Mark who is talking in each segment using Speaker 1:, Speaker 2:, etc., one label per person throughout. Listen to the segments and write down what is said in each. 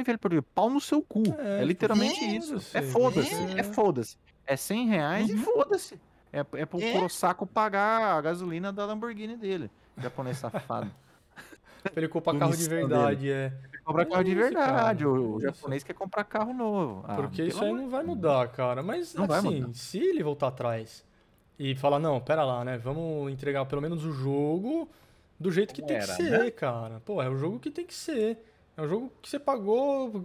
Speaker 1: e velho pra pau no seu cu. É, literalmente isso.
Speaker 2: foda-se.
Speaker 1: É foda-se,
Speaker 3: É.
Speaker 1: é, foda-se. É 100 reais e foda-se. É, é pro
Speaker 3: É.
Speaker 1: Kurosako pagar a gasolina da Lamborghini dele. Japonês safado.
Speaker 2: Pra ele comprar
Speaker 1: Do
Speaker 2: carro de
Speaker 1: Nissan
Speaker 2: verdade, é.
Speaker 1: Ele compra
Speaker 2: É
Speaker 1: carro de
Speaker 2: isso,
Speaker 1: verdade.
Speaker 2: cara,
Speaker 1: O, o
Speaker 2: é
Speaker 1: japonês quer comprar carro novo. Ah,
Speaker 2: Porque
Speaker 1: pelo
Speaker 2: isso aí
Speaker 1: amor
Speaker 2: não vai
Speaker 1: de
Speaker 2: mudar, cara. Mas
Speaker 1: Não vai
Speaker 2: assim,
Speaker 1: mudar.
Speaker 2: se ele voltar atrás e falar, não, pera lá, né? Vamos entregar pelo menos o jogo do jeito que
Speaker 1: Como
Speaker 2: tem que
Speaker 1: era, né?"
Speaker 2: ser, cara. Pô, é o jogo que tem que ser. É um jogo que você pagou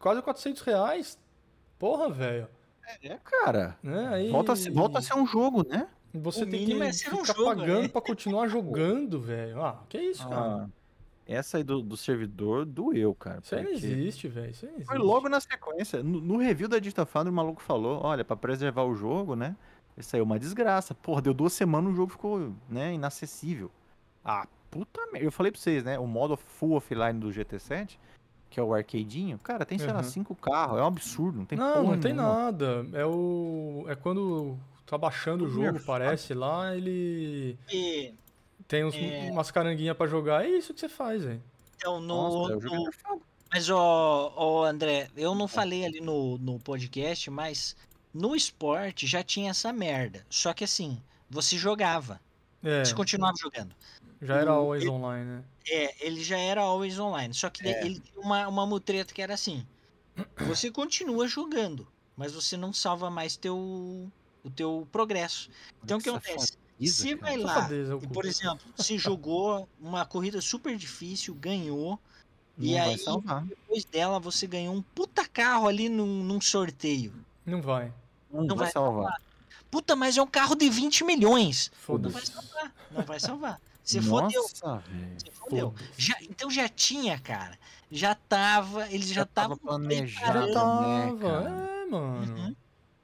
Speaker 2: quase 400 reais. Porra, velho.
Speaker 1: Deus. É, cara.
Speaker 2: Né? Aí,
Speaker 1: Volta a, ser, volta a ser um jogo, né?
Speaker 2: Você
Speaker 3: O
Speaker 2: tem que
Speaker 3: mínimo é ser um
Speaker 2: ficar
Speaker 3: jogo,
Speaker 2: pagando
Speaker 3: né?
Speaker 2: pra continuar jogando, velho. Ah, que isso, cara.
Speaker 1: Ah, essa aí do, do servidor doeu, cara.
Speaker 2: isso aí não
Speaker 1: porque-
Speaker 2: existe, velho. Isso aí não existe.
Speaker 1: Foi logo na sequência. No, no review da Dita Fandor, o maluco falou: olha, pra preservar o jogo, né? Isso aí é uma desgraça. Porra, deu duas semanas o jogo ficou, né, inacessível. Ah, puta merda. Eu falei pra vocês, né? O modo full offline do GT7, que é o arcadinho, cara, tem, sei lá,
Speaker 3: Uhum.
Speaker 2: Aham.
Speaker 1: cinco carros. É um absurdo, não tem
Speaker 2: não,
Speaker 1: porra
Speaker 2: não tem
Speaker 1: nenhuma.
Speaker 2: nada. É o. É quando tá baixando o
Speaker 1: Tudo
Speaker 2: jogo,
Speaker 1: nerfado.
Speaker 2: parece, lá ele
Speaker 3: Porque,
Speaker 2: tem uns-
Speaker 3: É.
Speaker 2: umas caranguinhas pra jogar, é isso que você faz, velho.
Speaker 3: então, no,
Speaker 1: Nossa, eu joguei um
Speaker 3: no-
Speaker 1: nerfado.
Speaker 3: mas, ó, ó, André, eu não falei ali no, no podcast, mas no esporte já tinha essa merda. Só que assim, você jogava,
Speaker 2: É,
Speaker 3: você continuava jogando.
Speaker 2: já era always online, né?
Speaker 3: É, ele já era always online. Só que
Speaker 1: É.
Speaker 3: ele tinha uma, uma mutreta que era assim. Você continua jogando, mas você não salva mais teu, o teu progresso. Então o que
Speaker 1: Nossa,
Speaker 3: acontece?
Speaker 1: Isa,
Speaker 3: Se
Speaker 1: cara.
Speaker 3: vai lá,
Speaker 2: Safadeza, é o
Speaker 3: e,
Speaker 2: cu.
Speaker 3: por exemplo, se jogou uma corrida super difícil, ganhou, e
Speaker 1: Não vai
Speaker 3: aí
Speaker 1: salvar.
Speaker 3: depois dela você ganhou um puta carro ali num, num sorteio.
Speaker 2: Não vai.
Speaker 1: Não, vai,
Speaker 3: vai
Speaker 1: salvar.
Speaker 3: Puta, mas é um carro de 20 milhões. Não vai
Speaker 2: Foda-se.
Speaker 3: salvar, não vai salvar. Você fodeu,
Speaker 1: Nossa, velho.
Speaker 3: você fodeu.
Speaker 2: Foda-se.
Speaker 3: Já- então já tinha, cara. Já tava, eles já
Speaker 1: Já tava
Speaker 3: estavam
Speaker 1: planejado.
Speaker 2: Já
Speaker 3: preparando.
Speaker 1: né,
Speaker 2: tava.
Speaker 1: cara?
Speaker 2: É, mano.
Speaker 3: Uhum.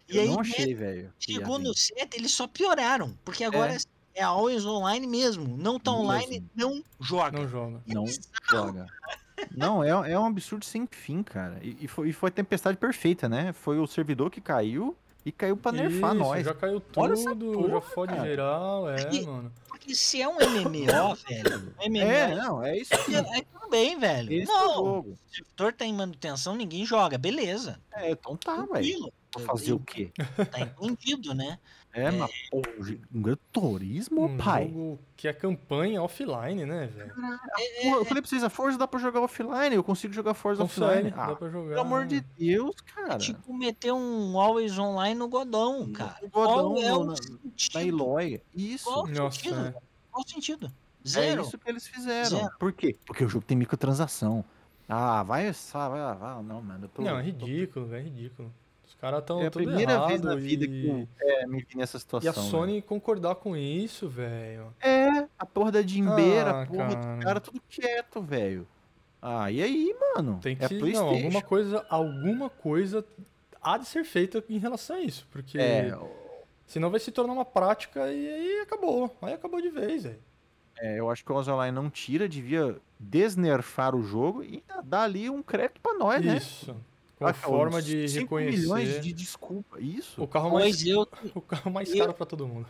Speaker 3: E
Speaker 1: Eu
Speaker 3: aí,
Speaker 1: não
Speaker 3: né,
Speaker 1: achei, velho. que ia
Speaker 3: chegou
Speaker 1: vir.
Speaker 3: no 7, eles só pioraram. Porque agora é, a always online mesmo. Não tá online, não joga.
Speaker 2: Não joga.
Speaker 1: Não joga. Não, é, é um absurdo sem fim, cara. E, e foi, e foi a tempestade perfeita, né? Foi o servidor que caiu e caiu pra nerfar
Speaker 2: Isso,
Speaker 1: nós.
Speaker 2: Já caiu
Speaker 1: Olha essa
Speaker 2: tudo, já
Speaker 1: porra,
Speaker 2: fode
Speaker 1: cara.
Speaker 2: geral, é,
Speaker 3: Aí-
Speaker 2: mano.
Speaker 3: Porque se é um MMO, velho, um MMO,
Speaker 1: É, não, é isso que
Speaker 3: é tudo bem, velho.
Speaker 1: esse é o
Speaker 3: não,
Speaker 1: jogo.
Speaker 3: o servidor tá em manutenção, ninguém joga, beleza.
Speaker 1: É, então tá, velho.
Speaker 3: Tranquilo,
Speaker 1: Vou fazer o quê?
Speaker 3: tá entendido, né?
Speaker 1: É, mas porra, um grande turismo,
Speaker 2: Um
Speaker 1: pai.
Speaker 2: jogo que é campanha offline, né, velho?
Speaker 1: Porra,
Speaker 3: É.
Speaker 1: eu falei pra vocês, a Forza dá pra jogar offline, eu consigo jogar Forza
Speaker 2: Offline,
Speaker 1: offline. Ah,
Speaker 2: dá pra jogar.
Speaker 1: pelo amor de Deus, cara.
Speaker 3: Tipo, meter um always online no Godão, cara.
Speaker 1: O
Speaker 3: Qual
Speaker 1: Um Godão
Speaker 3: é o
Speaker 1: na, na
Speaker 3: sentido?
Speaker 1: Eloy. Isso.
Speaker 3: Qual o
Speaker 2: Nossa,
Speaker 3: sentido?
Speaker 2: é.
Speaker 3: Qual o sentido?
Speaker 1: É
Speaker 3: Zero.
Speaker 1: isso que eles fizeram.
Speaker 3: Zero.
Speaker 1: Por quê? Porque o jogo tem microtransação. Ah, vai, sa- vai, lá, vai, não, mano. Eu tô,
Speaker 2: Não, é
Speaker 1: tô-
Speaker 2: ridículo, velho, é ridículo. Os caras estão
Speaker 1: É a
Speaker 2: tudo
Speaker 1: primeira
Speaker 2: errado
Speaker 1: vez na vida né?
Speaker 2: e...
Speaker 1: que eu é, me vi nessa
Speaker 2: e
Speaker 1: situação.
Speaker 2: a Sony concordar com isso, velho.
Speaker 1: velho. É, a porra da Jimbeira,
Speaker 2: Ah,
Speaker 1: a porra
Speaker 2: cara.
Speaker 1: do cara tudo quieto, velho. Ah, e aí, mano?
Speaker 2: Tem que
Speaker 1: é
Speaker 2: não,
Speaker 1: PlayStation.
Speaker 2: alguma coisa, alguma coisa há de ser feita em relação a isso, porque
Speaker 1: É,
Speaker 2: senão vai se tornar uma prática e aí acabou, aí acabou de vez, velho.
Speaker 1: é, eu acho que o Oz Online não tira, devia desnerfar o jogo e ainda dar ali um crédito pra nós, né?
Speaker 2: Isso. Com
Speaker 1: Ah, cara,
Speaker 2: forma
Speaker 1: uns
Speaker 2: de
Speaker 1: cinco
Speaker 2: reconhecer
Speaker 1: milhões de desculpa. Isso.
Speaker 2: o carro mais
Speaker 3: Mas eu,
Speaker 2: o carro mais
Speaker 3: eu-
Speaker 2: caro pra todo mundo.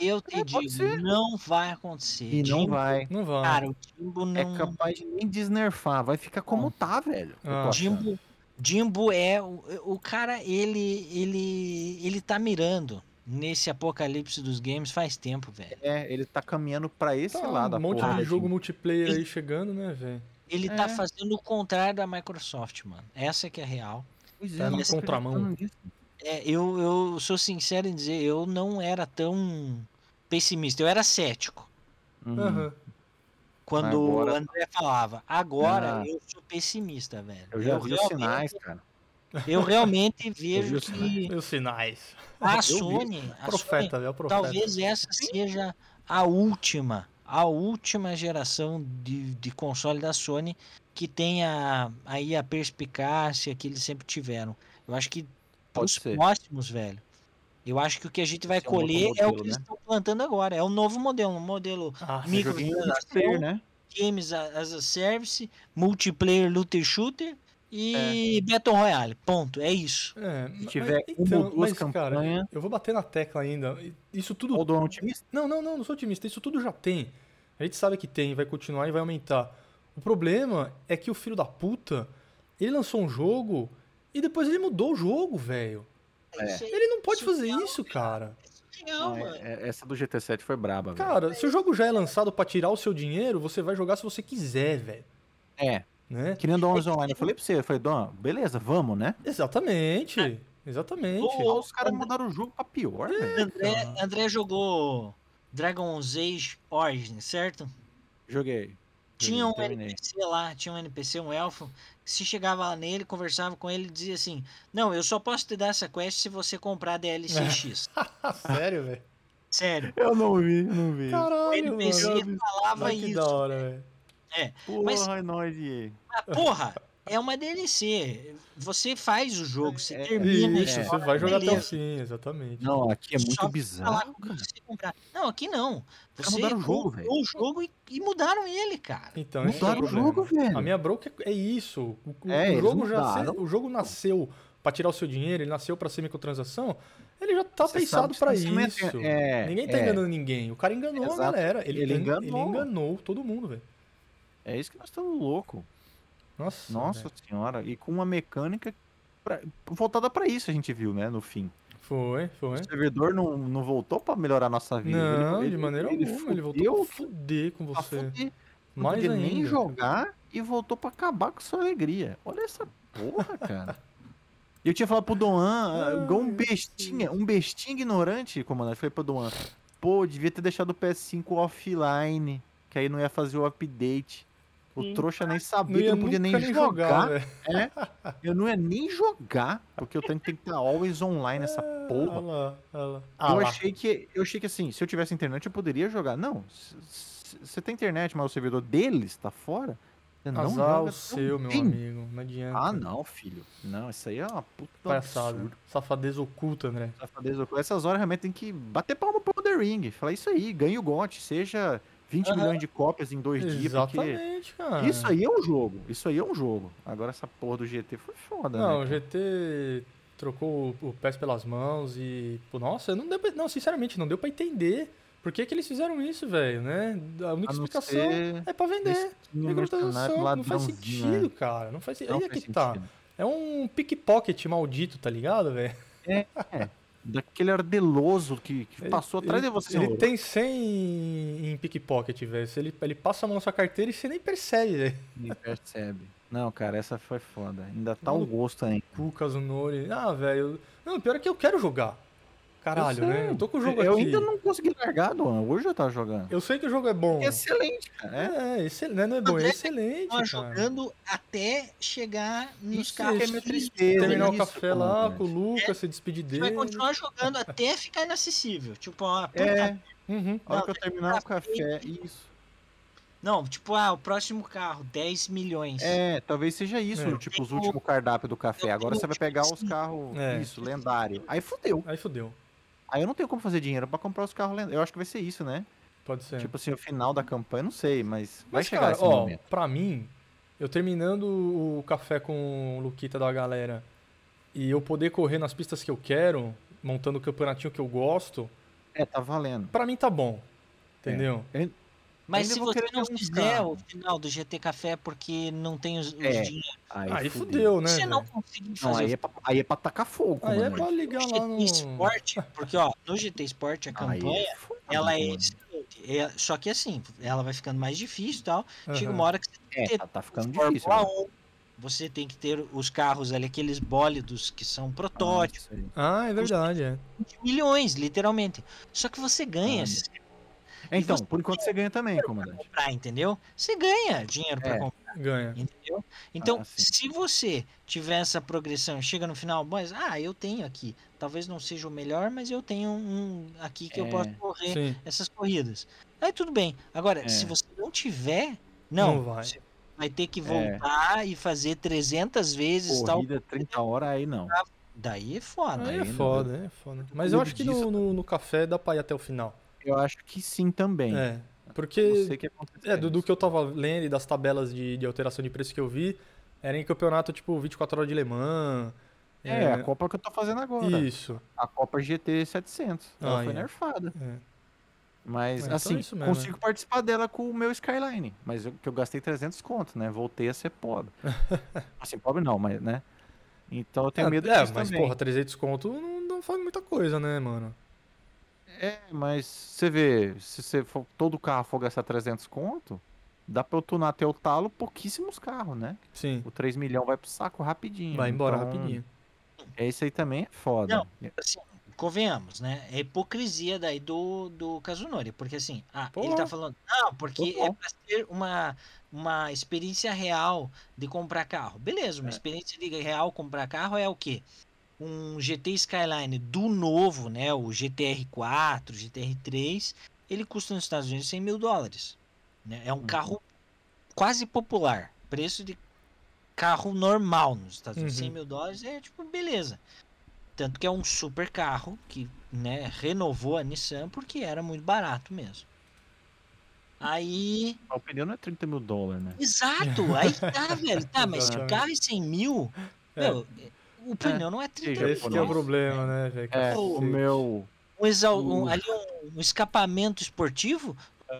Speaker 3: eu te
Speaker 1: É, pode
Speaker 3: digo,
Speaker 1: ser.
Speaker 3: não vai acontecer.
Speaker 1: E não
Speaker 3: Jimbo,
Speaker 1: vai.
Speaker 2: Não vai.
Speaker 3: Cara, o Jimbo não...
Speaker 1: é capaz de nem desnerfar, vai ficar como tá, velho.
Speaker 2: Ah.
Speaker 1: Eu tô achando.
Speaker 3: Jimbo, Jimbo é o, o cara, ele ele ele tá mirando nesse apocalipse dos games faz tempo, velho.
Speaker 1: É, ele tá caminhando pra esse
Speaker 2: tá
Speaker 1: lado.
Speaker 2: um
Speaker 1: a
Speaker 2: monte
Speaker 1: porra,
Speaker 2: de
Speaker 1: do
Speaker 2: jogo
Speaker 1: Jimbo.
Speaker 2: multiplayer aí chegando, né, velho?
Speaker 3: Ele
Speaker 1: É.
Speaker 3: tá fazendo o contrário da Microsoft, mano. Essa que é a real.
Speaker 1: Pois
Speaker 2: tá
Speaker 1: eu
Speaker 2: na
Speaker 1: não tô
Speaker 2: contramão.
Speaker 1: acreditando nisso.
Speaker 3: É, eu, eu sou sincero em dizer, eu não era tão pessimista, eu era cético Hum.
Speaker 1: Uhum.
Speaker 2: Aham.
Speaker 3: quando
Speaker 1: Agora-
Speaker 3: o André falava. Agora
Speaker 1: Ah.
Speaker 3: eu sou pessimista, velho.
Speaker 1: Eu já vi os
Speaker 3: realmente-
Speaker 1: sinais, cara.
Speaker 3: Eu realmente vejo
Speaker 1: vi os
Speaker 3: que
Speaker 2: E os sinais.
Speaker 3: a
Speaker 1: Eu vi.
Speaker 3: Sony, a Sony
Speaker 2: Profeta, velho, profeta.
Speaker 3: Talvez essa seja a última, a última geração de, de console da Sony que tenha aí a perspicácia que eles sempre tiveram. Eu acho que
Speaker 1: Pode
Speaker 3: os
Speaker 1: ser.
Speaker 3: próximos, velho. Eu acho que o que a gente vai
Speaker 1: Esse é um outro
Speaker 3: colher é o que
Speaker 1: modelo,
Speaker 3: eles
Speaker 1: né?
Speaker 3: estão plantando agora. É o novo modelo, um modelo
Speaker 2: Ah,
Speaker 1: Esse
Speaker 3: Micro-
Speaker 1: joguinho é
Speaker 3: micro-
Speaker 1: player, né?
Speaker 3: games a- as a service, multiplayer, looter shooter e Battle Royale. Ponto, é isso.
Speaker 2: É,
Speaker 1: Se
Speaker 2: ma-
Speaker 1: tiver uma
Speaker 2: mas-
Speaker 1: ou
Speaker 2: então,
Speaker 1: duas
Speaker 2: mas, cara,
Speaker 1: campanhas,
Speaker 2: eu vou bater na tecla ainda. Isso tudo.
Speaker 1: ou do otimista.
Speaker 2: Não, não, não, não sou otimista. Isso tudo já tem. A gente sabe que tem, vai continuar e vai aumentar. O problema é que o filho da puta Ele lançou um jogo e depois ele mudou o jogo, velho.
Speaker 1: É.
Speaker 3: Isso aí
Speaker 2: Ele não pode fazer
Speaker 3: Surreal,
Speaker 2: isso, cara.
Speaker 3: é legal,
Speaker 1: Não, é-
Speaker 3: mano.
Speaker 1: é- essa do GT7 foi braba, velho.
Speaker 2: Cara, se o jogo já é lançado pra tirar o seu dinheiro, você vai jogar se você quiser, velho.
Speaker 1: É,
Speaker 2: Né?
Speaker 1: que nem Dom Online. Eu falei pra você, eu falei, Dom, beleza, vamos, né?
Speaker 2: Exatamente. Exatamente.
Speaker 1: Pô, os caras mudaram o jogo pra pior, velho.
Speaker 3: André, André jogou Dragon's Age Origin, certo?
Speaker 1: Joguei.
Speaker 3: Tinha um
Speaker 1: terminei.
Speaker 3: NPC lá, tinha um NPC, um elfo. Se chegava lá nele, conversava com ele, dizia assim: Não, eu só posso te dar essa quest se você comprar
Speaker 2: É.
Speaker 3: DLCX.
Speaker 2: Ah, Sério, velho?
Speaker 3: Sério.
Speaker 1: Eu não vi, eu não vi.
Speaker 2: Caralho,
Speaker 3: O NPC
Speaker 2: mano.
Speaker 3: falava
Speaker 2: Mas que da
Speaker 3: isso.
Speaker 2: hora, velho.
Speaker 1: Porra, é
Speaker 3: mas-
Speaker 1: Noide.
Speaker 3: Ah, porra, é uma DLC. Você faz o jogo, você
Speaker 1: É,
Speaker 3: termina
Speaker 2: Isso,
Speaker 1: é.
Speaker 2: você
Speaker 3: fala,
Speaker 2: vai jogar até o
Speaker 3: beleza.
Speaker 2: fim, exatamente.
Speaker 1: Não, aqui é
Speaker 3: Só
Speaker 1: muito
Speaker 3: falar
Speaker 1: bizarro,
Speaker 3: como
Speaker 1: cara.
Speaker 3: você comprar. Não, aqui não.
Speaker 1: caras
Speaker 3: Você
Speaker 1: mudaram o jogo,
Speaker 3: comprou o jogo e, e mudaram ele, cara.
Speaker 2: Então, esse é
Speaker 1: Mudaram o
Speaker 2: problema.
Speaker 1: tá jogo, velho.
Speaker 2: A minha bronca é isso. O, o-
Speaker 1: É,
Speaker 2: o
Speaker 1: eles
Speaker 2: jogo já
Speaker 1: mudaram.
Speaker 2: se- o jogo nasceu pra tirar o seu dinheiro, ele nasceu pra ser microtransação. Ele já tá
Speaker 1: Você
Speaker 2: pensado
Speaker 1: sabe que
Speaker 2: pra
Speaker 1: você
Speaker 2: isso.
Speaker 1: não é- é,
Speaker 2: ninguém tá
Speaker 1: é.
Speaker 2: enganando ninguém. O cara enganou
Speaker 1: Exato.
Speaker 2: a galera. Ele,
Speaker 1: Ele
Speaker 2: ele enganou.
Speaker 1: enganou.
Speaker 2: todo mundo, velho.
Speaker 1: É isso que nós estamos louco.
Speaker 2: Nossa.
Speaker 1: Nossa
Speaker 2: velho.
Speaker 1: senhora. E com uma mecânica pra- voltada pra isso, a gente viu, né? No fim.
Speaker 2: Foi, foi.
Speaker 1: O servidor não, não voltou pra melhorar a nossa vida.
Speaker 2: Não,
Speaker 1: ele,
Speaker 2: de maneira alguma. Ele voltou a fuder com
Speaker 1: pra
Speaker 2: você.
Speaker 1: fuder. Não
Speaker 2: Mais
Speaker 1: podia
Speaker 2: ainda.
Speaker 1: nem jogar e voltou pra acabar com sua alegria. Olha essa porra, cara. E eu tinha falado pro Doan,
Speaker 2: Ai,
Speaker 1: ah, igual um bestinha, um bestinha ignorante, comandante. Falei pro Doan, pô, devia ter deixado o PS5 offline, que aí não ia fazer o update. O trouxa nem sabia
Speaker 2: Não
Speaker 1: que
Speaker 2: ia
Speaker 1: não podia nem
Speaker 2: nunca
Speaker 1: jogar.
Speaker 2: velho.
Speaker 1: eu não ia nem jogar, porque eu tenho que estar always online nessa
Speaker 2: Olha
Speaker 1: porra.
Speaker 2: lá, olha lá.
Speaker 1: eu,
Speaker 2: Ah lá.
Speaker 1: achei que, eu achei que assim, se eu tivesse internet, eu poderia jogar. Não, você tem internet, mas o servidor deles tá fora. Você não
Speaker 2: Azar
Speaker 1: joga
Speaker 2: o seu, é meu
Speaker 1: também.
Speaker 2: amigo. Não adianta.
Speaker 1: Ah, não, filho. Não, isso aí é uma puta de um
Speaker 2: Palhaçada.
Speaker 1: absurdo.
Speaker 2: Safadeza oculta, André.
Speaker 1: Safadeza oculta. Essas horas realmente tem que bater palma pro The Ring. Falar isso aí, ganha o GOT, seja 20
Speaker 3: Aham.
Speaker 1: milhões de cópias em dois dias, porque...
Speaker 2: Exatamente, cara.
Speaker 1: Isso aí é um jogo, isso aí é um jogo. Agora essa porra do GT foi foda,
Speaker 2: Não,
Speaker 1: né?
Speaker 2: o GT trocou o o PES pelas mãos e. pô, Nossa, não deu pra, Não, sinceramente, não deu pra entender por que, que eles fizeram isso, velho, né? A única
Speaker 1: A não
Speaker 2: explicação
Speaker 1: ser
Speaker 2: é pra vender.
Speaker 1: nesse mercenário
Speaker 2: Microtransação, não faz
Speaker 1: ladrãozinho, né?
Speaker 2: sentido, cara. Não faz sentido.
Speaker 1: Não
Speaker 2: Aí é
Speaker 1: faz
Speaker 2: que tá.
Speaker 1: sentido.
Speaker 2: É um pickpocket maldito, tá ligado, velho?
Speaker 1: Daquele ardeloso que, que passou atrás
Speaker 2: Ele-
Speaker 1: de você.
Speaker 2: Ele
Speaker 1: Ouro.
Speaker 2: tem 100 em pickpocket, velho. Se Ele, ele passa a mão na sua carteira e você nem percebe, velho.
Speaker 1: Ele percebe. Não, cara, essa foi foda. Ainda tá o gosto ainda.
Speaker 2: Ku, Kazunori. Ah, velho. Não, pior é que eu quero jogar. Caralho,
Speaker 1: Eu sei.
Speaker 2: né? Eu tô com o jogo
Speaker 1: Eu
Speaker 2: aqui.
Speaker 1: ainda não consegui largar, Duan. Hoje eu tava jogando.
Speaker 2: Eu sei que o jogo é bom.
Speaker 1: Excelente, cara. É,
Speaker 2: É, excelente. Não é bom, é
Speaker 3: André,
Speaker 2: excelente,
Speaker 3: Tava
Speaker 2: cara.
Speaker 3: jogando até chegar nos
Speaker 2: Isso,
Speaker 3: carros.
Speaker 2: isso,
Speaker 1: minha
Speaker 3: que-
Speaker 1: tristeza,
Speaker 2: Terminar o
Speaker 1: isso,
Speaker 2: café lá
Speaker 1: cara.
Speaker 2: com o Lucas, se despedir
Speaker 3: Você vai
Speaker 2: dele.
Speaker 3: continuar jogando até ficar inacessível. Tipo, ó, puta-
Speaker 1: É,
Speaker 2: Uhum.
Speaker 1: a hora
Speaker 3: Não,
Speaker 1: que eu terminar o café, isso.
Speaker 3: Não, tipo, ah, o próximo carro, 10 milhões.
Speaker 1: É, talvez seja isso,
Speaker 2: É.
Speaker 1: tipo, os últimos cardápios do café. Agora você vai pegar os carros,
Speaker 2: É.
Speaker 1: isso, lendário. Aí fudeu.
Speaker 2: Aí fodeu.
Speaker 1: Aí eu não tenho como fazer dinheiro pra comprar os carros lendários. Eu acho que vai ser isso, né?
Speaker 2: Pode ser.
Speaker 1: Tipo assim, o final da campanha, não sei, mas, vai
Speaker 2: É. Mas,
Speaker 1: chegar
Speaker 2: cara,
Speaker 1: esse
Speaker 2: ó,
Speaker 1: momento.
Speaker 2: pra mim, eu terminando o café com o Luquita da galera e eu poder correr nas pistas que eu quero, montando o campeonatinho que eu gosto,
Speaker 1: É, tá valendo.
Speaker 2: pra mim tá bom.
Speaker 1: É.
Speaker 2: Entendeu?
Speaker 3: Mas
Speaker 1: ainda
Speaker 3: se
Speaker 1: vou
Speaker 3: você
Speaker 1: querer
Speaker 3: não
Speaker 1: ter uns
Speaker 3: fizer
Speaker 1: carros.
Speaker 3: o final do GT Café porque não tem os, os
Speaker 1: É,
Speaker 3: dinheiros,
Speaker 2: Aí fudeu, né?
Speaker 3: se você não
Speaker 2: velho?
Speaker 3: conseguir
Speaker 1: Não,
Speaker 3: fazer
Speaker 1: aí é, pra, aí é pra tacar fogo,
Speaker 2: Aí é
Speaker 1: mano.
Speaker 2: pra
Speaker 3: o
Speaker 2: ligar
Speaker 3: GT
Speaker 2: lá no.
Speaker 3: Sport, porque ó, no GT Sport a
Speaker 1: Aí é
Speaker 3: campanha,
Speaker 1: foda,
Speaker 3: ela é
Speaker 1: mano.
Speaker 3: excelente. É- só que assim, ela vai ficando mais difícil e tal. Chega
Speaker 2: Aham.
Speaker 3: uma hora que você tem que
Speaker 1: É,
Speaker 3: ter
Speaker 1: tá, tá ficando
Speaker 3: Fórmula
Speaker 1: difícil. né?
Speaker 3: 1, você tem que ter os carros ali, aqueles bólidos que são
Speaker 1: Ah,
Speaker 3: protótipos,
Speaker 1: isso aí.
Speaker 2: Ah, é verdade, é.
Speaker 3: de milhões, literalmente. Só que você ganha
Speaker 1: Ah,
Speaker 3: se você
Speaker 1: É, Então,
Speaker 3: você-
Speaker 1: por enquanto você ganha também, comandante.
Speaker 3: comprar, entendeu? Você ganha dinheiro pra
Speaker 1: É.
Speaker 3: comprar.
Speaker 2: Ganha.
Speaker 3: Entendeu? Então,
Speaker 1: Ah, sim.
Speaker 3: se você tiver essa progressão, chega no final, mas ah, eu tenho aqui. Talvez não seja o melhor, mas eu tenho um aqui que eu
Speaker 1: É.
Speaker 3: posso correr
Speaker 2: Sim.
Speaker 3: essas corridas. Aí tudo bem. Agora,
Speaker 1: É.
Speaker 3: se você não tiver, não,
Speaker 2: Não vai.
Speaker 3: você vai ter que voltar e fazer 300 vezes tal.
Speaker 1: É. Corrida 30 horas aí não.
Speaker 3: Daí é foda.
Speaker 2: Aí
Speaker 1: Aí
Speaker 2: é
Speaker 1: não
Speaker 2: foda, é foda. Mas eu
Speaker 1: Tudo
Speaker 2: acho que
Speaker 1: disso,
Speaker 2: no, no, no café dá pra ir até o final.
Speaker 1: Eu acho que sim também.
Speaker 2: É.
Speaker 1: Não sei
Speaker 2: Porque.
Speaker 1: o que aconteceu.
Speaker 2: É, do, do que eu tava lendo e das tabelas de, de alteração de preço que eu vi, era em campeonato tipo 24 horas de Le Mans.
Speaker 1: É, a Copa que eu tô fazendo agora.
Speaker 2: Isso.
Speaker 1: A Copa GT 700. Ela
Speaker 2: Ah,
Speaker 1: foi
Speaker 2: é.
Speaker 1: nerfada.
Speaker 2: É.
Speaker 1: Mas,
Speaker 2: Ah, então é
Speaker 1: assim,
Speaker 2: isso mesmo,
Speaker 1: consigo participar dela com o meu Skyline. Mas eu, que eu gastei 300 conto, né? Voltei a ser pobre. assim, pobre não, mas, né? Então eu tenho
Speaker 2: Ah,
Speaker 1: medo
Speaker 2: É,
Speaker 1: disso
Speaker 2: mas
Speaker 1: também.
Speaker 2: porra, 300 conto não, não faz muita coisa, né, mano?
Speaker 1: É, mas você vê, se você for, todo carro for gastar 300 conto, dá pra eu tunar até o talo pouquíssimos carros, né?
Speaker 2: Sim.
Speaker 1: O 3 milhão vai pro saco rapidinho.
Speaker 2: Vai embora
Speaker 1: Então,
Speaker 2: rapidinho.
Speaker 1: É isso aí também, é foda.
Speaker 3: Assim, convenhamos, né? É hipocrisia daí do, do Kazunori, porque assim, ah, ele
Speaker 2: Porra.
Speaker 3: tá falando, não, porque
Speaker 1: Total.
Speaker 3: é pra ser uma, uma experiência real de comprar carro. Beleza, uma experiência de real comprar carro é o quê? Um GT Skyline do novo, né? O GTR 4, GTR 3, ele custa nos Estados Unidos 100 mil dólares. né? É um
Speaker 1: Uhum.
Speaker 3: carro quase popular. Preço de carro normal nos Estados Unidos.
Speaker 2: Uhum.
Speaker 3: 100 mil dólares é tipo, beleza. Tanto que é um super carro que né, renovou a Nissan porque era muito barato mesmo. Aí.
Speaker 1: O pneu não é 30 mil dólares, né?
Speaker 3: Exato! Aí tá, velho. Tá, mas se o
Speaker 2: Exatamente.
Speaker 3: carro é 100 mil,
Speaker 2: É.
Speaker 3: meu, o pneu não é 30 mil.
Speaker 1: Esse
Speaker 2: Esse que é o
Speaker 1: japonês.
Speaker 2: problema, né, velho?
Speaker 1: É, o
Speaker 2: Cacete.
Speaker 1: meu.
Speaker 3: Um exa- um-
Speaker 1: Uh.
Speaker 3: ali um, um escapamento esportivo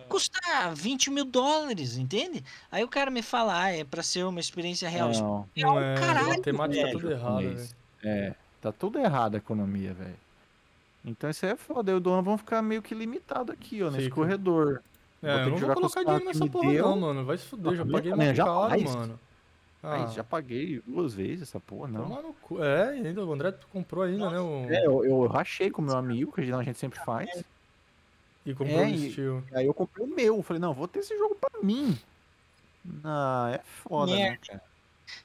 Speaker 3: custa 20 mil dólares, entende? Aí o cara me fala, ah, é pra ser uma experiência real.
Speaker 1: Não,
Speaker 3: É um
Speaker 2: Não é,
Speaker 3: caralho,
Speaker 2: a temática tá
Speaker 3: velho.
Speaker 2: tudo errada,
Speaker 1: japonês.
Speaker 2: velho.
Speaker 1: É, tá tudo errado a economia, velho. Então isso aí é foda. Eu e o Doan vão ficar meio que limitado aqui, ó, nesse
Speaker 2: Fica.
Speaker 1: corredor. Vou ter
Speaker 2: É, eu
Speaker 1: que
Speaker 2: não vou
Speaker 1: jogar com os
Speaker 2: colocar dinheiro
Speaker 1: caras que
Speaker 2: nessa
Speaker 1: me
Speaker 2: porra
Speaker 1: deu.
Speaker 2: não, mano. Vai se fuder,
Speaker 1: Ah,
Speaker 2: já
Speaker 1: também,
Speaker 2: paguei
Speaker 1: também,
Speaker 2: mó
Speaker 1: já
Speaker 2: caro,
Speaker 1: faz.
Speaker 2: mano. Ah,
Speaker 1: Aí, já paguei duas vezes essa porra, não.
Speaker 2: tomar no cu. É, ainda o André comprou ainda, né? o-
Speaker 1: É, eu, eu rachei com o meu amigo, que a gente sempre faz.
Speaker 2: E comprou
Speaker 1: É,
Speaker 2: um
Speaker 1: e-
Speaker 2: estilo.
Speaker 1: Aí eu comprei o meu. Falei, não, vou ter esse jogo pra mim. Ah, é foda, né, cara?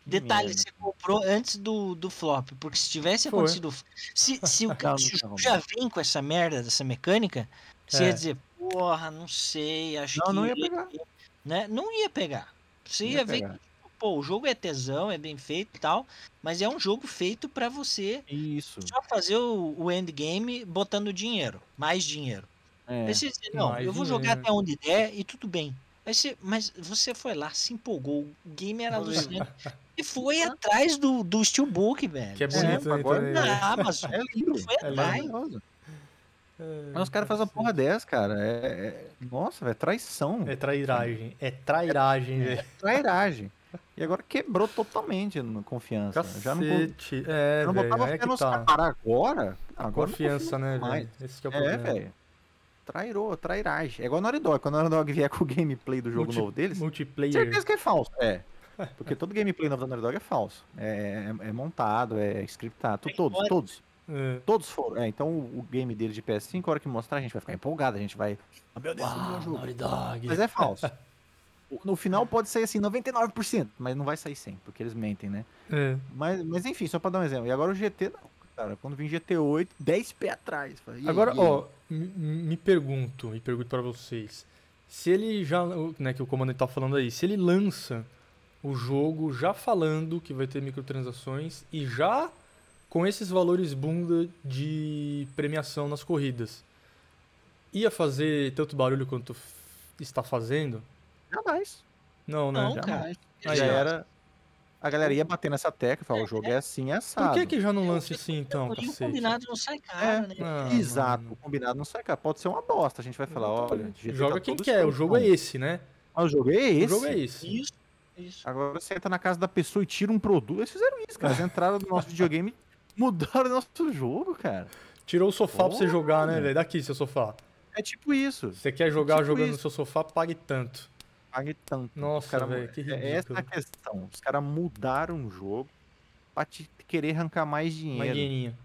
Speaker 1: Que
Speaker 3: Detalhe,
Speaker 1: merda.
Speaker 3: você comprou antes do, do flop, porque se tivesse
Speaker 2: Foi.
Speaker 3: acontecido. o flop- Se, se o,
Speaker 1: Não,
Speaker 3: se o
Speaker 1: não
Speaker 3: jogo
Speaker 1: tá
Speaker 3: já vem com essa merda dessa mecânica, você
Speaker 2: É.
Speaker 3: ia dizer, porra, não sei, acho
Speaker 1: Não,
Speaker 3: que.
Speaker 1: não ia pegar.
Speaker 3: Né? Não ia pegar. Você
Speaker 1: Não
Speaker 3: ia,
Speaker 1: ia
Speaker 3: ver
Speaker 1: pegar.
Speaker 3: que, tipo, pô, o jogo é tesão, é bem feito e tal, mas é um jogo feito pra você
Speaker 1: Isso.
Speaker 3: só fazer o, o endgame botando dinheiro, mais dinheiro.
Speaker 1: É.
Speaker 3: Aí você diz, não,
Speaker 2: Mais
Speaker 3: eu vou
Speaker 2: dinheiro,
Speaker 3: jogar
Speaker 2: né?
Speaker 3: até onde der e tudo bem. Aí você, mas você foi lá, se empolgou, o game era
Speaker 1: Falei,
Speaker 3: alucinante e foi atrás do, do Steelbook, velho.
Speaker 2: Que é
Speaker 1: Sim,
Speaker 2: bonito, né?
Speaker 1: agora
Speaker 2: também,
Speaker 3: Na
Speaker 2: né?
Speaker 3: Amazon.
Speaker 1: É lindo.
Speaker 3: Foi
Speaker 1: É
Speaker 2: lindo. né?
Speaker 1: maravilhoso.
Speaker 2: É,
Speaker 1: Mas os caras fazem uma porra dessa, cara. É, é- Nossa, velho, traição.
Speaker 2: É trairagem. É trairagem, velho.
Speaker 1: trairagem. E agora quebrou totalmente na confiança. Já não, eu
Speaker 2: Cacete. É,
Speaker 1: não
Speaker 2: velho.
Speaker 1: botava
Speaker 2: Aí é
Speaker 1: fé
Speaker 2: que
Speaker 1: nos
Speaker 2: tá.
Speaker 1: caras agora. Agora eu não
Speaker 2: Confiança, né,
Speaker 1: mais.
Speaker 2: velho? Esse que é o
Speaker 1: confio- É,
Speaker 2: problema.
Speaker 1: velho. Trairou, trairagem. É igual a Naughty Dog. Quando a Naughty Dog vier com o gameplay do jogo
Speaker 2: Multi-
Speaker 1: novo deles,
Speaker 2: Multiplayer.
Speaker 1: certeza que é falso. É. Porque todo gameplay novo da Naughty Dog é falso. É, é- é montado, é scriptado.
Speaker 3: Tem
Speaker 1: Todos,
Speaker 3: hora-
Speaker 1: todos.
Speaker 2: É.
Speaker 1: Todos foram. É, então o o game dele de PS5, a hora que mostrar, a gente vai ficar empolgado, a gente vai. "Ah, Meu Deus, esse é o meu
Speaker 2: Uau,
Speaker 1: jogo.
Speaker 2: Naughty Dog.
Speaker 1: Mas é falso. O- No final pode sair assim, 99%, mas não vai sair 100, porque eles mentem, né?
Speaker 2: É.
Speaker 1: Mas, mas enfim, só pra dar um exemplo. E agora o GT não, cara. Quando vim GT8, 10 pés atrás. Falei, "Ih,
Speaker 2: Agora,
Speaker 1: e aí?"
Speaker 2: ó, me, me pergunto, me pergunto pra vocês, se ele já, o- né, que o comandante tá falando aí, se ele lança o jogo já falando que vai ter microtransações e já com esses valores bunda de premiação nas corridas, ia fazer tanto barulho quanto f- está fazendo?
Speaker 1: Jamais.
Speaker 2: Não, né?
Speaker 3: Não,
Speaker 1: Já
Speaker 3: cara.
Speaker 2: Aí,
Speaker 1: já
Speaker 2: ó.
Speaker 1: era. A galera ia bater nessa tecla e falar, o jogo é assim, é assado.
Speaker 2: Por que que já não
Speaker 3: Eu-
Speaker 2: lança assim então,
Speaker 3: E o
Speaker 2: cacete?
Speaker 3: combinado não sai caro, né?
Speaker 2: Ah,
Speaker 1: Exato,
Speaker 2: mano.
Speaker 1: o combinado não sai, cara. Pode ser uma bosta. A gente vai falar, olha, GT tá
Speaker 2: Joga quem
Speaker 1: todo
Speaker 2: quer, o jogo é
Speaker 1: escrotão."
Speaker 2: esse, né?
Speaker 1: Mas o jogo é esse.
Speaker 2: O jogo é esse.
Speaker 3: Isso, isso.
Speaker 1: Agora você entra na casa da pessoa e tira um produto. Eles fizeram isso, cara. Eles entraram no nosso videogame, mudaram o nosso jogo, cara.
Speaker 2: Tirou o sofá pra você
Speaker 1: Porra,
Speaker 2: jogar, né,
Speaker 1: velho.
Speaker 2: velho? Daqui, seu sofá.
Speaker 1: É tipo isso.
Speaker 2: Você quer jogar
Speaker 1: Tipo
Speaker 2: jogando no
Speaker 1: isso.
Speaker 2: seu sofá, pague tanto.
Speaker 1: Pague tanto.
Speaker 2: Nossa,
Speaker 1: Os cara-
Speaker 2: velho, que
Speaker 1: É essa
Speaker 2: ridículo.
Speaker 1: a questão. Os caras mudaram o jogo pra te querer arrancar mais
Speaker 2: Uma
Speaker 1: dinheiro.
Speaker 2: guininha.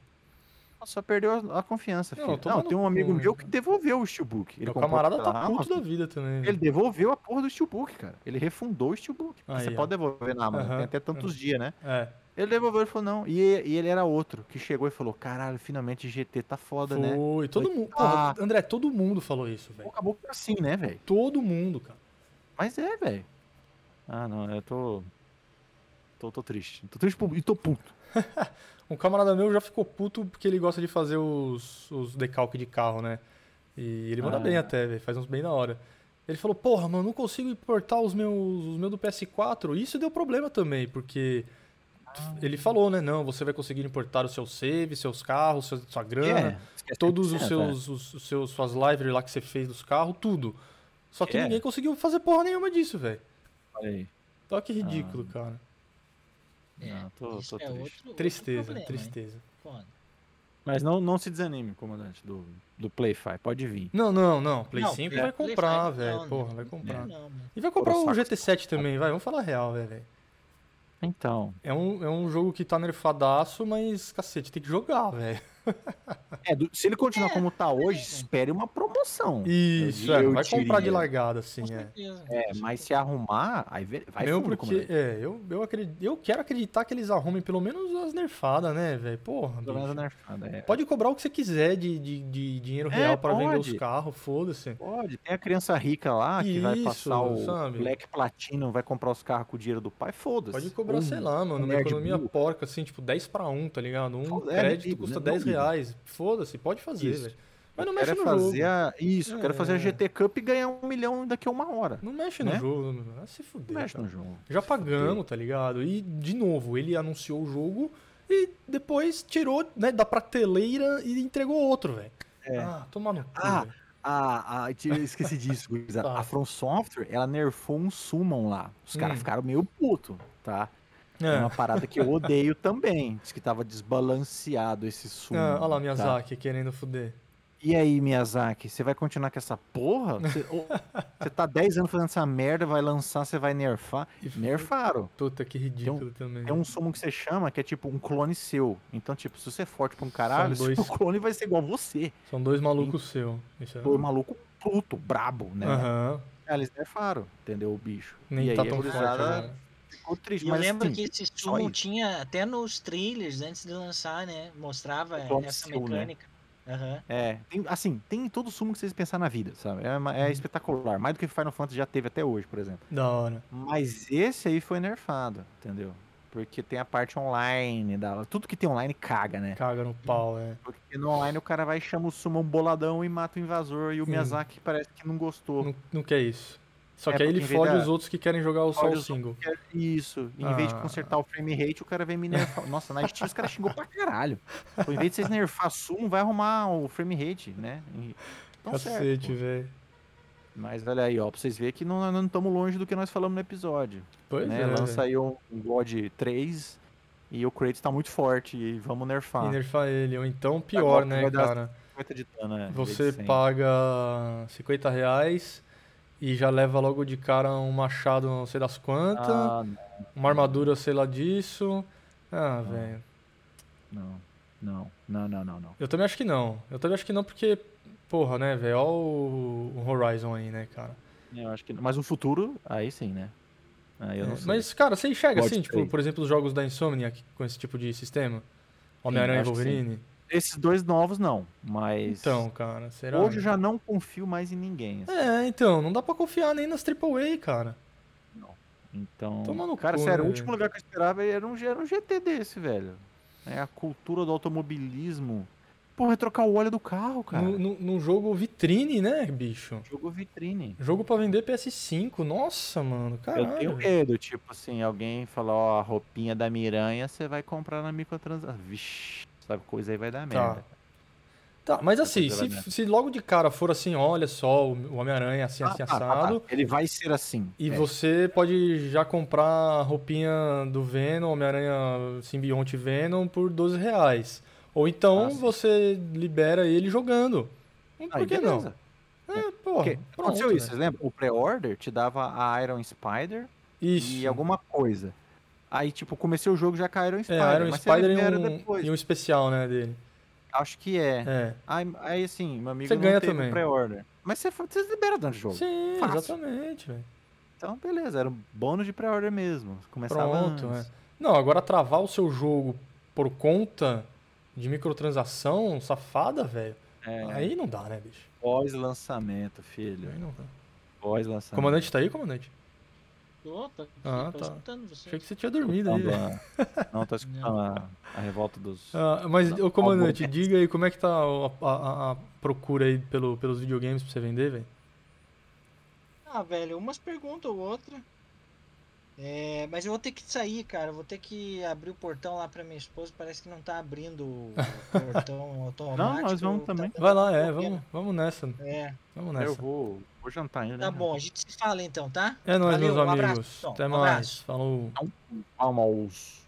Speaker 1: Só perdeu a, a confiança,
Speaker 2: Não,
Speaker 1: filho. Não,
Speaker 2: toma no
Speaker 1: tem um amigo
Speaker 2: cu,
Speaker 1: meu
Speaker 2: né,
Speaker 1: que devolveu o steelbook. Ele
Speaker 2: Meu
Speaker 1: comprou
Speaker 2: camarada
Speaker 1: pela
Speaker 2: tá puto
Speaker 1: Amazon,
Speaker 2: da vida também.
Speaker 1: Ele
Speaker 2: velho.
Speaker 1: devolveu a porra do steelbook, cara. Ele refundou o steelbook. Porque
Speaker 2: Aí,
Speaker 1: você
Speaker 2: ó.
Speaker 1: pode devolver na Amazon.
Speaker 2: Aham,
Speaker 1: Tem até tantos dias, né?
Speaker 2: É,
Speaker 1: Ele devolveu e falou, não. E, e ele era outro, que chegou e falou, caralho, finalmente GT tá foda, né?
Speaker 2: foi. Todo mundo. Porra, André, todo mundo falou isso, velho.
Speaker 1: Acabou assim, né, velho?
Speaker 2: Todo mundo, cara.
Speaker 1: Mas é, velho. Ah, não, eu tô... Tô, tô triste. Tô triste pu- e tô puto.
Speaker 2: Um camarada meu já ficou puto porque ele gosta de fazer os, os decalques de carro, né? E ele manda
Speaker 1: Ah.
Speaker 2: bem até, velho. Faz uns bem na hora. Ele falou, porra, mano, não consigo importar os meus, os meus do PS4. Isso deu problema também, porque
Speaker 1: Ah.
Speaker 2: ele falou, né? Não, você vai conseguir importar o seu save, seus carros, seu- sua grana,
Speaker 1: esquece
Speaker 2: É. todos os
Speaker 1: 100%,
Speaker 2: seus, os, os seus suas livery lá que você fez dos carros, tudo. Só que
Speaker 1: É.
Speaker 2: ninguém conseguiu fazer porra nenhuma disso, velho.
Speaker 1: olha aí.
Speaker 2: Olha
Speaker 1: Ah.
Speaker 2: que ridículo, cara.
Speaker 1: Não, tô-
Speaker 3: isso
Speaker 1: tô
Speaker 3: é
Speaker 1: triste.
Speaker 3: outro- outro
Speaker 2: Tristeza,
Speaker 3: problema, hein?
Speaker 2: tristeza.
Speaker 3: Foda.
Speaker 1: Mas não, não se desanime, comandante do, do Playfy. Pode vir.
Speaker 2: Não, não, não. Play
Speaker 3: Não,
Speaker 2: 5
Speaker 3: Play-
Speaker 2: vai
Speaker 3: Play
Speaker 2: comprar,
Speaker 3: five não,
Speaker 2: velho.
Speaker 3: né?
Speaker 2: Porra, vai comprar.
Speaker 3: Não, mano.
Speaker 2: E vai comprar o
Speaker 1: Fora o
Speaker 2: GT7 também, vai. Vamos falar a real, velho.
Speaker 1: Então.
Speaker 2: É um, é um jogo que tá nerfadaço, mas cacete, tem que jogar, velho.
Speaker 1: É, do- se ele continuar
Speaker 3: É,
Speaker 1: como tá hoje,
Speaker 3: é.
Speaker 1: espere uma promoção.
Speaker 2: Isso,
Speaker 1: Eu
Speaker 2: é, não vai
Speaker 1: diria.
Speaker 2: comprar de largada, assim,
Speaker 3: Com
Speaker 2: é.
Speaker 3: certeza.
Speaker 1: É, mas se arrumar, aí ve- vai
Speaker 2: Mesmo
Speaker 1: fundo,
Speaker 2: porque,
Speaker 1: comandante.
Speaker 2: é, eu, eu, acredito, eu quero acreditar que eles arrumem pelo menos as nerfadas, né, velho? Porra,
Speaker 1: Pelo menos a
Speaker 2: bicho.
Speaker 1: nerfada, é.
Speaker 2: Pode cobrar o que você quiser de, de, de dinheiro
Speaker 1: É,
Speaker 2: real pra vender os
Speaker 1: pode.
Speaker 2: carros, foda-se.
Speaker 1: Pode, tem a criança rica lá que vai
Speaker 2: Isso,
Speaker 1: passar o
Speaker 2: sabe?
Speaker 1: Black Platinum, vai comprar os carros com o dinheiro do pai, foda-se.
Speaker 2: Pode cobrar,
Speaker 1: Ou
Speaker 2: sei lá, mano, uma
Speaker 1: Nerd
Speaker 2: economia
Speaker 1: Blue.
Speaker 2: porca, assim, tipo 10 pra 1, tá ligado? Um
Speaker 1: Foda- é,
Speaker 2: crédito
Speaker 1: ridículo,
Speaker 2: custa
Speaker 1: né?
Speaker 2: 10
Speaker 1: Não, ridículo.
Speaker 2: reais. Foda-se, pode fazer,
Speaker 1: Isso.
Speaker 2: velho. Mas não
Speaker 1: Eu
Speaker 2: mexe
Speaker 1: quero
Speaker 2: no
Speaker 1: fazer
Speaker 2: jogo.
Speaker 1: a... Isso, eu quero fazer
Speaker 2: É.
Speaker 1: a GT Cup e ganhar um milhão daqui a uma hora.
Speaker 2: Não mexe no
Speaker 1: né?
Speaker 2: jogo, mano. Vai se fuder.
Speaker 1: Não mexe
Speaker 2: cara.
Speaker 1: no jogo.
Speaker 2: Já pagamos, tá ligado? E, de novo, ele anunciou o jogo e depois tirou né, da prateleira e entregou outro, velho.
Speaker 1: É.
Speaker 2: Ah, toma no cu,
Speaker 1: Ah,
Speaker 2: velho.
Speaker 1: Ah, ah, eu te- eu esqueci disso, gurizada.
Speaker 2: Tá.
Speaker 1: A From Software, ela nerfou um summon lá. Os caras
Speaker 2: Hum.
Speaker 1: ficaram meio puto, tá? É.
Speaker 2: É.
Speaker 1: uma parada que eu odeio também. Diz que tava desbalanceado esse summon.
Speaker 2: Ah, olha lá,
Speaker 1: tá?
Speaker 2: Miyazaki querendo fuder.
Speaker 1: E aí, Miyazaki, você vai continuar com essa porra? Você, ô, você tá 10 anos fazendo essa merda, vai lançar, você vai nerfar.
Speaker 2: E f-
Speaker 1: Nerfaram.
Speaker 2: Puta, que ridículo também.
Speaker 1: É um sumo que você chama que é tipo um clone seu. Então, tipo, se você é forte pra um caralho,
Speaker 2: dois.
Speaker 1: seu clone vai ser igual você.
Speaker 2: São dois malucos seu. Isso é...
Speaker 1: Foi um maluco puto, brabo, né?
Speaker 2: Aham.
Speaker 1: Aí Eles nerfaram, entendeu? O bicho.
Speaker 2: Nem
Speaker 1: e aí é
Speaker 2: tá
Speaker 1: a
Speaker 2: tão forte
Speaker 1: gurizada
Speaker 2: agora.
Speaker 1: ficou triste.
Speaker 3: E eu
Speaker 1: Mas
Speaker 3: lembro
Speaker 1: assim,
Speaker 3: que esse
Speaker 1: só
Speaker 3: sumo
Speaker 1: isso.
Speaker 3: tinha até nos trailers antes de lançar, né? Mostrava
Speaker 1: O Tom
Speaker 3: essa
Speaker 1: Seal, né?
Speaker 3: mecânica. Aham.
Speaker 1: É, tem, assim, tem todo sumo que vocês pensar na vida, sabe? É,
Speaker 2: Uhum.
Speaker 1: uma- é espetacular. Mais do que Final Fantasy já teve até hoje, por exemplo.
Speaker 2: Da hora.
Speaker 1: Mas esse aí foi nerfado, entendeu? Porque tem a parte online da. Tudo que tem online caga, né?
Speaker 2: Caga no pau, é.
Speaker 1: Porque no online o cara vai e chama o sumo um boladão e mata o invasor. E o
Speaker 2: Sim.
Speaker 1: Miyazaki parece que não gostou.
Speaker 2: Não, não quer isso. Só
Speaker 1: É,
Speaker 2: que aí ele
Speaker 1: porque em vez
Speaker 2: fode
Speaker 1: da-
Speaker 2: os outros que querem jogar só
Speaker 1: Fode
Speaker 2: o
Speaker 1: os-
Speaker 2: single.
Speaker 1: quer é Isso. Em vez de
Speaker 2: Ah.
Speaker 1: consertar o frame rate, o cara vem me nerfar. Nossa, na Steam os caras xingou pra caralho. Pô, em vez de vocês nerfar sumo, vai arrumar o frame rate, né? E- Tão certo,
Speaker 2: Cacete,
Speaker 1: pô.
Speaker 2: velho.
Speaker 1: Mas olha aí, ó, pra vocês verem que não não estamos longe do que nós falamos no episódio.
Speaker 2: Pois
Speaker 1: né?
Speaker 2: é.
Speaker 1: Lança
Speaker 2: velho.
Speaker 1: aí um, um God 3 e o Kratos tá muito forte e vamos nerfar.
Speaker 2: E nerfar ele. Ou então,
Speaker 1: bom,
Speaker 2: pior,
Speaker 1: que
Speaker 2: né,
Speaker 1: vai dar-
Speaker 2: cara?
Speaker 1: 50 de dano, né? em vez
Speaker 2: Você
Speaker 1: de 100.
Speaker 2: paga 50 reais e já leva logo de cara um machado não sei das quantas,
Speaker 1: Ah, não,
Speaker 2: uma armadura sei lá disso. Ah, velho.
Speaker 1: não, não, não, não, não, não.
Speaker 2: Eu também acho que não. Eu também acho que não porque, porra, né, velho? Olha o o Horizon aí, né, cara?
Speaker 1: Eu acho que não. Mas o futuro, aí sim, né? Aí eu
Speaker 2: É,
Speaker 1: não sei.
Speaker 2: Mas, cara, você enxerga
Speaker 1: Pode
Speaker 2: assim,
Speaker 1: ser
Speaker 2: tipo,
Speaker 1: isso.
Speaker 2: por exemplo, os jogos da Insomniac com esse tipo de sistema? Homem-Aranha e
Speaker 1: acho que sim.
Speaker 2: Wolverine?
Speaker 1: Esses dois novos, não. Mas.
Speaker 2: Então, cara, será?
Speaker 1: Hoje eu já não confio mais em ninguém. assim.
Speaker 2: É, então, não dá pra confiar nem nas AAA, cara.
Speaker 1: Então.
Speaker 2: Toma no
Speaker 1: cara,
Speaker 2: cu,
Speaker 1: sério,
Speaker 2: né,
Speaker 1: o último lugar que eu esperava era um, era um GT desse, velho. É a cultura do automobilismo. Porra, é trocar o óleo do carro, cara.
Speaker 2: Num- Num num jogo vitrine, né, bicho?
Speaker 1: Jogo vitrine.
Speaker 2: Jogo pra vender PS5, nossa, mano, caralho.
Speaker 1: Eu tenho medo, tipo assim, alguém falar, ó, a roupinha da Miranha você vai comprar na microtransação. Vixe, sabe, coisa aí vai dar merda.
Speaker 2: Tá, mas assim,
Speaker 1: Depois
Speaker 2: se,
Speaker 1: ela vai
Speaker 2: se logo de cara for assim, olha só, o Homem-Aranha assim,
Speaker 1: Ah,
Speaker 2: assim,
Speaker 1: tá, tá, tá.
Speaker 2: assado,
Speaker 1: Ele vai ser assim.
Speaker 2: e
Speaker 1: é.
Speaker 2: você pode já comprar a roupinha do Venom, Homem-Aranha simbionte Venom, por 12 reais. Ou então
Speaker 1: Ah, sim.
Speaker 2: você libera ele jogando.
Speaker 1: Aí,
Speaker 2: Por que não?
Speaker 1: beleza.
Speaker 2: É, porra,
Speaker 1: Porque
Speaker 2: pronto, né?
Speaker 1: aconteceu isso,
Speaker 2: velho.
Speaker 1: vocês lembram? O pré-order te dava a Iron Spider
Speaker 2: Isso.
Speaker 1: e alguma coisa. Aí, tipo, comecei o jogo já com a Iron
Speaker 2: É,
Speaker 1: Spider.
Speaker 2: Iron
Speaker 1: mas você
Speaker 2: Spider e
Speaker 1: libera
Speaker 2: um,
Speaker 1: depois.
Speaker 2: e um especial, né, dele.
Speaker 1: Acho que é.
Speaker 2: É.
Speaker 1: Aí, aí, assim, meu amigo
Speaker 2: Você
Speaker 1: não
Speaker 2: ganha
Speaker 1: teve o
Speaker 2: também.
Speaker 1: pré-order. Mas você, você libera durante o jogo.
Speaker 2: Sim,
Speaker 1: Fácil.
Speaker 2: exatamente, velho.
Speaker 1: Então, beleza, era um bônus de pré-order mesmo. Começava
Speaker 2: Pronto,
Speaker 1: antes.
Speaker 2: é. Não, agora travar o seu jogo por conta de microtransação safada, velho.
Speaker 1: É,
Speaker 2: Aí não dá, né, bicho?
Speaker 1: Pós-lançamento,
Speaker 2: Aí
Speaker 1: filho.
Speaker 2: não dá.
Speaker 1: Pós-lançamento.
Speaker 2: Comandante tá aí, comandante?
Speaker 3: Tô, tô, aqui,
Speaker 2: Ah,
Speaker 3: tô
Speaker 2: tá.
Speaker 3: escutando
Speaker 2: Achei que
Speaker 3: você.
Speaker 2: você tinha dormido aí,
Speaker 1: Escutando
Speaker 2: velho.
Speaker 1: a- Não, tô escutando a, a revolta dos.
Speaker 2: Ah, mas,
Speaker 1: Não,
Speaker 2: ô comandante,
Speaker 1: algum-
Speaker 2: diga aí como é que tá a, a- a procura aí pelo, pelos videogames pra você vender, velho?
Speaker 3: Ah, velho, umas perguntam ou outra. É, mas eu vou ter que sair, cara. Eu Vou ter que abrir o portão lá pra minha esposa. Parece que não tá abrindo o portão automático.
Speaker 1: nós vamos
Speaker 3: tá
Speaker 1: também.
Speaker 3: dando
Speaker 2: Vai lá, é,
Speaker 3: bobeira.
Speaker 2: vamos, vamos nessa.
Speaker 3: É,
Speaker 2: Vamos
Speaker 1: Eu
Speaker 2: nessa.
Speaker 1: vou, vou jantar ainda.
Speaker 3: tá
Speaker 1: né?
Speaker 3: bom, a gente se fala então, tá?
Speaker 2: É nóis,
Speaker 3: Valeu,
Speaker 2: meus
Speaker 3: um abraço,
Speaker 2: amigos.
Speaker 3: pessoal.
Speaker 2: Até
Speaker 3: Um
Speaker 2: mais.
Speaker 3: abraço.
Speaker 2: Falou.
Speaker 1: Vamos.